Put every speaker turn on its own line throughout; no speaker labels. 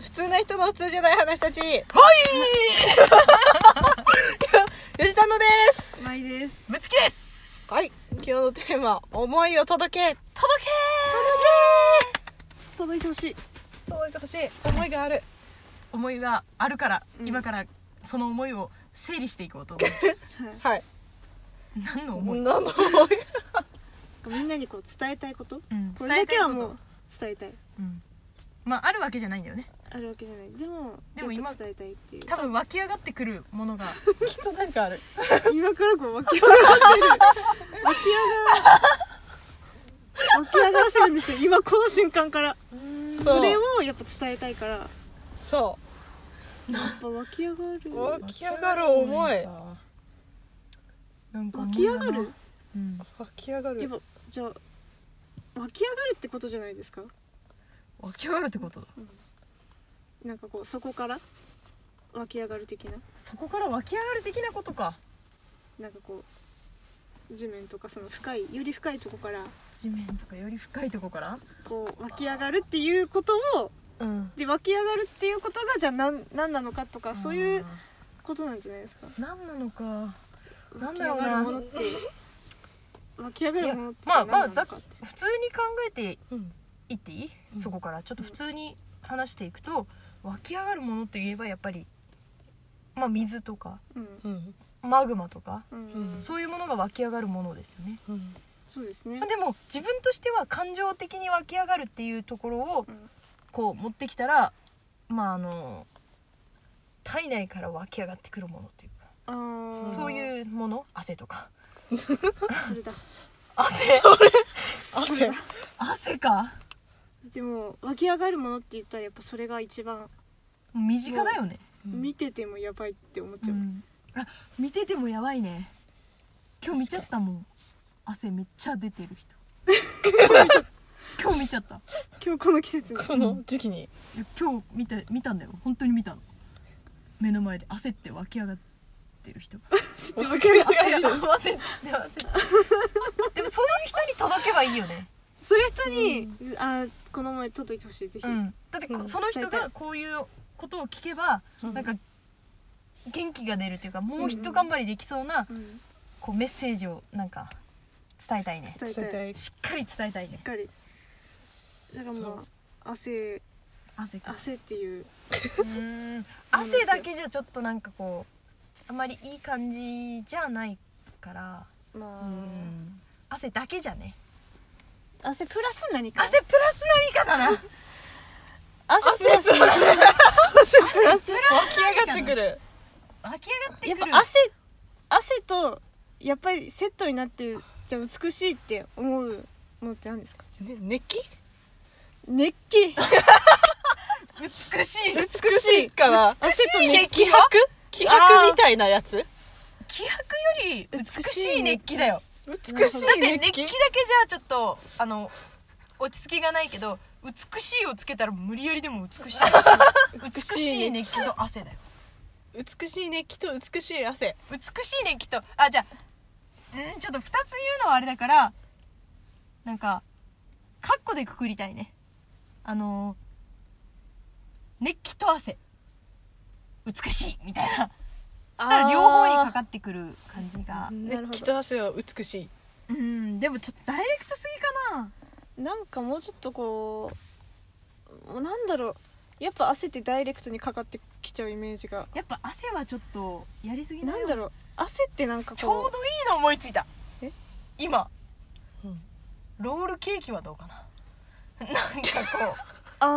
通な人の普通じゃない話た ち
はい
吉田のです
まいです。
むつきです
はい今日のテーマ思いを届け
届け
届いてほしい。
届いてほしい思いがある
思いがあるから、
うん
今からその思いを整理していこうと思う
はい
何の思い、
何の思い
みんなにこう伝えたいこと。
うん
これだけは
伝えたいこ
もう伝えたい。
とうんまああるわけじゃないんだよね
あるわけじゃない。でも、
でも
やっぱ
今
伝えたいっていう。
多分湧き上がってくるものが
きっと何かある
今からこう湧き上がらせる。湧き上が。湧き上がらせるんですよ。今この瞬間から。
そ
それ
れを
をやっぱ伝えたいから。や
そ
っぱ湧き上がる。
う
湧
湧き上がる思い
なんか思い
き上が
だ
る
な。うん
湧き上が
やっ
る
ぱ、じゃあ。湧き上がるってことじゃないですか。
湧き上がるってことだ
なんかこう、そこから。湧き上がる的な。
そこから湧き上がる的なことか
なんかこう。地面とか、その深い、より深いとこから。
地面とかより深いとこから
こう湧き上がるっていうことを
うん
で湧き上がるっていうことがじゃあ何何なのかとかそういうことなんじゃないですか
何なのかな
湧
ん
き
だろう
上がるもの
な
って湧き上がるものって
いやまあ
何なの
まあざっ
かって
普通に考えて
うん
いっていい、そこからちょっと普通に話していくと湧き上がるものって言えばやっぱり、まあ、水とか
うん
うん
マグマとか
うん
うん
そういうものが湧き上がるものですよね、
うん
そうですね
まあでも自分としては感情的に湧き上がるっていうところを
うん
こう持ってきたらまああの体内から湧き上がってくるものっていうか、
あー
そういうもの汗とか
それだ
汗
汗
汗か
でも湧き上がるものって言ったらやっぱそれが一番
身近だよね、
うん
見ててもやばいって思っ
う
ちゃう、
ん、あ見ててもやばいね今日見ちゃったもん汗めっちゃ出てる人 今日見ちゃった
今日この季節に
この時期 に
いや今日見て見たんだよ本当に見たの目の前で汗って湧き上がってる人
湧き上が
汗が汗って汗ってでもそういう人に届けばいいよね、
そういう人に、あーこの前届いてほしいぜひ、
だってこ
うん
その人
伝えた
が
い
こういうことを聞けば、
うん
なんか元気が出るというかもう一頑張りできそうな、
うん
こうメッセージをなんか伝えたいね
伝え
伝え
たい
たい
しっかり伝えたい
し
ね
っかりだから
そう
まあ汗
汗か
汗っていう
汗だけじゃちょっとなんかこうあまりいい感じじゃないから
まあ、
汗だけじゃね
汗プラス何か
汗プラスの言い方な
汗プラス汗プラス
湧き上がってくる
湧き上がって
やっ
くる
ぱ汗汗とやっぱりセットになってじゃあ美しいって思うものって何ですか
ね熱気
熱気
美しい
美
し
し
い
い
かな
美しい熱
気迫気迫みたいなやつ
気迫より美しい熱気だよ
美しい
だって熱
熱
気
気
だけじゃちょっとあの落ち着きがないけど美しいをつけたら無理やりでも美しい美しい熱気と汗だよ
美しい熱気と美しい汗
美しいねきっとあじゃあうんちょっと2つ言うのはあれだからなんかカッコでくくりたいねあのー熱気と汗美しいみたいなそしたら両方にかかってくる感じが
なる
熱
ほ
気
ど
と汗は美しい
うんでもちょっとダイレクトすぎかな
なんかもうちょっとこうもうなんだろうやっぱ汗ってダイレクトにかかってきちゃうイメージが
やっぱ汗はちょっとやりすぎ
なんだろう汗ってなんかこう
ちょうどいいの思いついた
え
今
うん
ロールケーキはどうかななんかこう
あ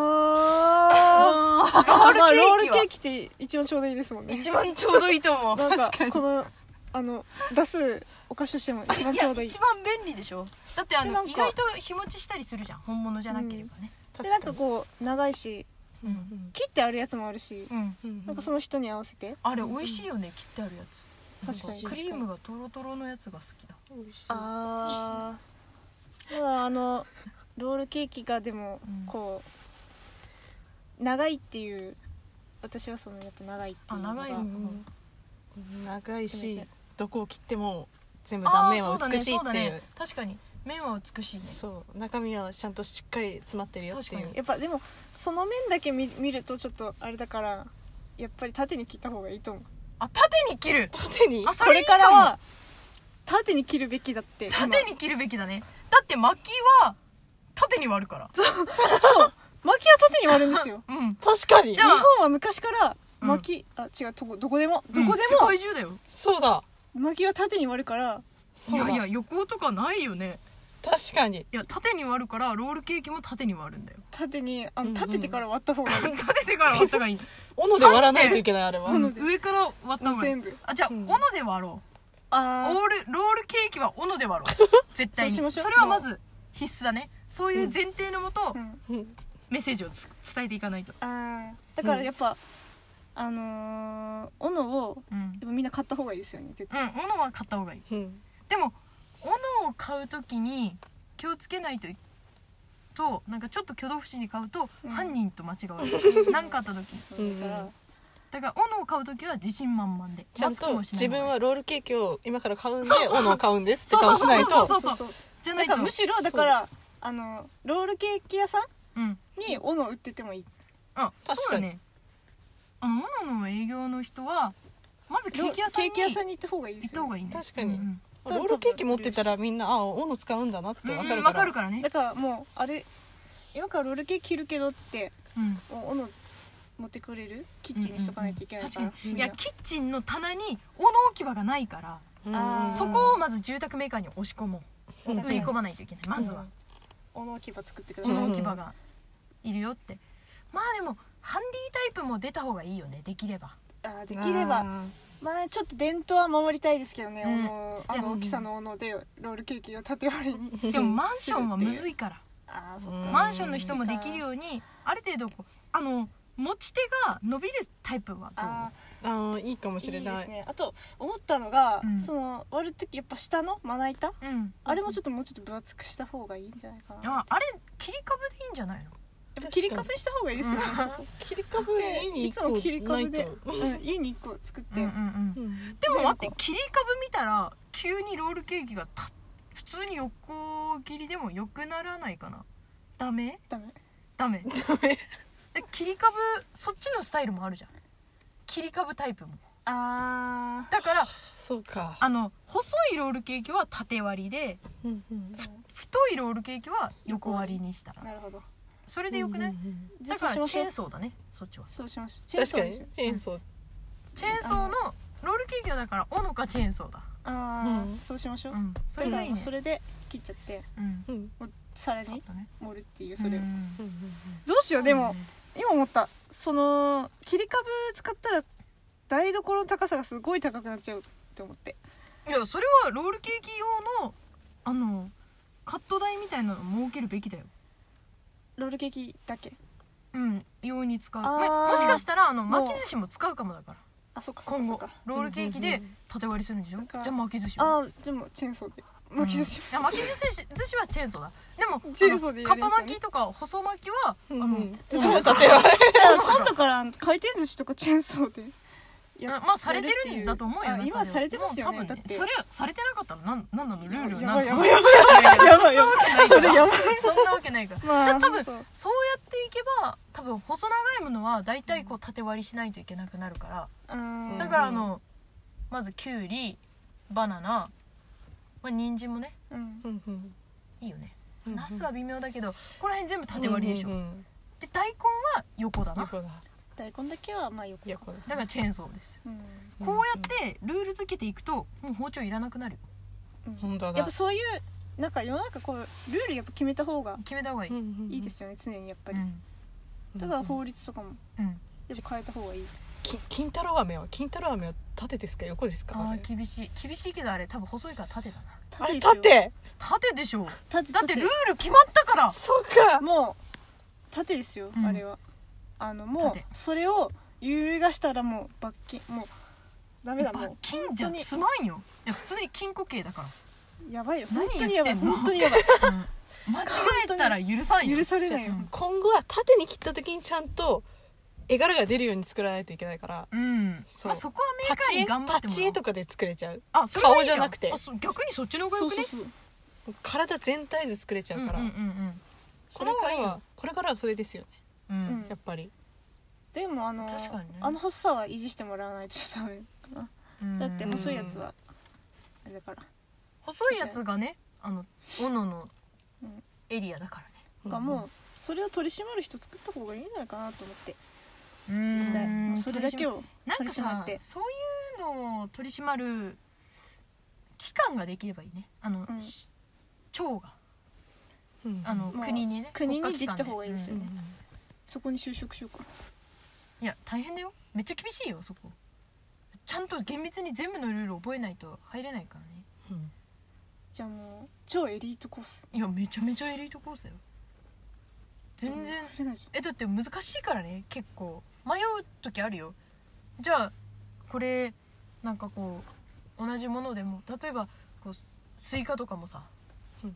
ー
ロールケーキは
まあロールケーキって一番ちょうどいいですもんね
一番ちょうどいいと思う
なんか
確かに
このあの出すお菓子としても一番
い
ちょ
や
うどいい
一番便利でしょだってあ
で
の
なんか
意外と日持ちしたりするじゃん本物じゃなければね
でなんかこう長いし
うん、
切ってあるやつもあるし、
うん
なんかその人に合わせて
あれ美味しいよね、切ってあるやつ
確かに
クリームがトロトロのやつが好きだ
あ
あーただあのロールケーキがでも
うん
こう長いっていう私はそのやっぱ長いっていうのが
あ長いのうん
長い
し
しどこを切っても全部断面は美しいっていう
あーそうだねそうだね確かに面は美しいね
そう中身はちゃんとしっかり詰まってるよってい
確
う
か
やっぱでもその面だけ見見るとちょっとあれだからやっぱり縦に切った方がいいと思う
あ縦に切る
縦に
あそ
こ
れい
れ
いか
か
も
らは縦に切るべきだって今
縦に切るべきだねだって薪は縦に割るから
薪は縦に割るんですよ
うん
確かに
じゃあ
日本は昔から薪、あ違うどこどこでもどこで
世
も
界中だよ
そうだ
薪は縦に割るから
い
そうだ
やいや横とかないよね
確かに
いや縦に割るからロールケーキも縦に割るんだよ
縦にあ
うんう
の
ん
立ててから割った方がいい、
縦でから割った方がいい
斧で割らないといけないあれは
う
うんん上から割った方がいい
全部
あじゃあ、
うん
斧で割ろうオー
あ
ル
ー
ロールケーキは斧で割ろう絶対に
そうしましょう
れはまず必須だねそういう前提のもと、
うん
うん
メッセージをつ伝えていかないと、
あーだからやっぱ、あのー、斧を
うん
や、っぱみんな買った方がいいですよね絶
うん斧は買った方がいい
うん
でも斧を買うときに気をつけないといとなんかちょっと挙動不審に買うと、
うん
犯人と間違われる何かあった時に
対、
うん
だから
だから斧を買う時は自信満々で
ちゃんと
マスクもしな
自
い方がいい
分はロールケーキを今から買うんで
そ
斧を買うんですって顔しない
そう
と
そうそうじゃな
だ
い
か
と
らむしろだからあのロールケーキ屋さん
うん
に斧を売っててもいい
あ
確かに
そうだねあの斧の営業の人はまずケーキ屋さんに
ケーキ屋さ
行
んに行った方がいいです
った
よ、
方
ね、
がいいね
確かに
うん
ロールケーキ持ってたらみんなあ斧使うんだなって
うん
わ
うん
か
うん
る
わ
か
かる
ら
からね
だからもうあれ今からロールケーキ切るけどって
うん
もう斧持ってくれるキッチンにしとかないといけない
確
か、
からにい
みん
や
な
キッチンの棚に斧置き場がないから
うん
そこをまず住宅メーカーに押し込もう
うん
売り込まないといけないまずは
斧置き場作ってください、
斧置き場がいるよってまあでもハンディタイプも出た方がいいよねできれば
あーできれば
あ
まあちょっと伝統は守りたいですけどね、
うん
斧あの大きさの斧でロールケーキを縦割りに
ー
でもマンションはむずいから
あーそっ
うん
か、
マンションの人もできるようにある程度こうあの持ち手が伸びるタイプはどう
あ
あーいいかも
あ
しれ
いいで
な
す
い
ねあと思ったのが、
うん
その割る時やっぱ下のまな板
うん
あれもちょっともうちょっと分厚くした方がいいんじゃないかなや
ああれ切り株でいいんじゃないの
っぱ切り株した方がいいですよね、そこ
切り株で家
で
に
い
一
つ
個
も切り
な
株
い
で
と、
うん、家に1個作って、
うんうんうん
うん
でも待っ
なん
て切り株見たら急にロールケーキがた普通に横切りでもよくならないかなダメ
ダメ
ダ メ
ダメ
え切り株そっちのスタイルもあるじゃん切り株タイプも
あ
だから
そうか
あの細いロールケーキは縦割りで
うんうん
太いロールケーキは横割りにしたら
なるほど
それでよくない、
うんうんうん
じゃ
だ
あそ
か
うし
らチェー
ましょう
ンソーだねそっちは
そうしましょうチェーン
確
ソ
か
ー
に
にし
チ
よう
ェーンソー
チェーンソーのロールケーキはだから斧かチェーンソーだ
ああ、
うん
そうしましょう、
うんそれ
だ
が
から
いい
もう
ね
それで切っちゃって
うん
うん
もう皿
そう
に
だね
盛るっていうそれを、
うん
うんうん
どうしようでも、
そうだね
今思ったその切り株使ったら台所の高さがすごい高くなっちゃうって思って
いやそれはロールケーキ用のあのカット台みたいなの設けるべきだよ
ロールケーキだけ
うん用に使う
あー
まもしかしたらあの
もう
巻き寿司も使うかもだから
あそっかそっ
今後
かそっか
ロールケーキ
う
で
んうんうん
縦割りするんでしょ
なん
じ
か
ゃあ巻き寿司は
ああでもチェーンソーで巻き寿司、
うんいや巻き寿司寿司はチェーンソーだでも
チェーンソーでや
か
り
っぱ
ますよね
巻きとか細巻きはあ
うん
の
うん
ち
ち
ょ
ょ
っ
っと
と待
待
っ
ってて
じゃあ今度から回転寿司とかチェーンソーで
あまあされてるんだと思うよ
あ
中では
今されてますよね
もう多分
だって
それされてなかったらなんなんなのル
や
ール
ば
ないん
や
なの
ばいやばい やばいやばいそれやばい
そんなわけないから
まあ
多分
そう
そうやっていけば多分細長いものは大体こう縦割りしないといけなくなるから、
うん
だからあのまずきゅうりバナナ、まあ人参もね
うん
うんうん
いいよね
うんうん
ナスは微妙だけどここら辺全部縦割りでしょ、
うんうんうん
で大根は横だな
横だ
大根だけはまあ横
横です
だからチェーンソーです
うん
こうやってルール付けていくともう包丁いらなくなるよ
うん
本当だ
やっぱそういうなんか世の中こうルールやっぱ決めた方が
決めた方がいい、
いいですすよね常にやっぱ
う
り
ん
だから法律とかも
うん、
やっぱ変えた方がいい
き金太郎飴は金太郎飴は縦ですか横ですか
あ
あ
あ
れ
厳しい厳しいけどあれ多分細いから縦だな
あれ
ですよ
縦
縦でしょ
縦
だってルー
縦
ル決まったから
そうか
もう縦ですよ、
うん
あれはあのもう
縦
それを揺るがしたらもう罰金もうダメだも
罰
う
金じゃ
本当に
すまんよいや普通に金庫刑だから
やばいよ
何
本当にやばい
言ってんの
本当にやばい
間違えたら許さんよ
許されないよ
うん
今後は縦に切った時にちゃんと絵柄が出るように作らないといけないから
うん
そう
まあそこはメーカーに頑張ってもらおう
立ち絵とかで作れちゃう
あそれはいい
顔じゃなくて
あそう逆にそっちの方がよくね
そう
う体全体図作れちゃうから、
うんうんうん
これからはこれからはそれですよね
うんうん
うん
やっぱり
でもあの、
確かにね
あの細さは維持してもらわないとダメか
うん
なだって細いやつはあれだから、
細いやつがねあの斧の
うん
エリアだからね
だからもうそれを取り締まる人作った方がいいんじゃないかなと思って
実
実際もうそれだけ
を
を
なんか
取り締ま
さ
って
そういうのを取り締まる機関ができればいいねあの、
うん
し庁が
うん、うん
あの
まあ
国にね
国
国家
にで
機
き
関
た方がいいですよ
うん
ね、そこに就職しようか
いや大変だよめっちゃ厳しいよそこちゃんと厳密に全部のルール覚えないと入れないからね
うん
じゃあもう超エリートコース
いやめちゃめちゃエリートコースだよ全然
入れないじ
えだって難しいからね結構迷う時あるよじゃあこれなんかこう同じものでも例えばこうスイカとかもさ
うん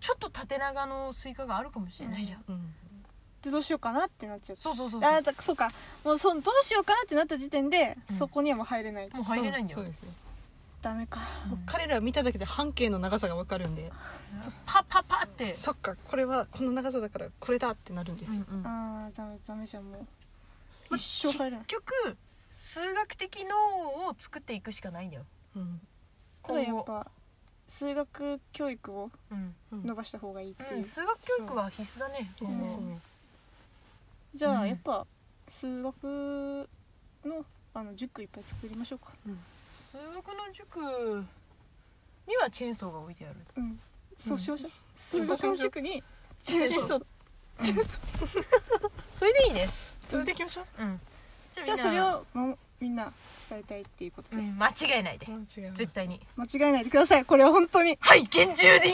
ちょっと縦長のスイカがあるかもしれないじゃん、
うん
ゃあどうしようかなってなっちゃう
そうそうそうそう
あーだそうかもうそのどうしようかなってなった時点で、
うん
そこにはもう入れない
もう入れないんだよ
そうそうですね
ダメか
うん
彼ら見ただけで半径の長さがわかるんで
パッパッパッって
そっかこれはこの長さだからこれだってなるんですよ、
うんうん
あーダメダメじゃんもう
ま
一生入れない
結局数学的脳を作っていくしかないんだよ、
うん
ただやっぱ数学教育を
うん
うん
伸ばした方がいいっていう、
数学教育は必須だね
そうですね
じゃ
う
あ
ん
やっぱ数学のあの塾いっぱい作りましょうか
数学の塾にはチェーンソーが置いてある
うんそうしましょう、数
そう
学
しま
の
しょう
塾に
チェーンソー
それでいいね
それでいきましょう
うんじ
じゃあそれをもうみんな伝えたいっていうこと
う
で、
ん間違えないで
あ違う
絶対に
間違えないでくださいこれは本当に
はい厳重に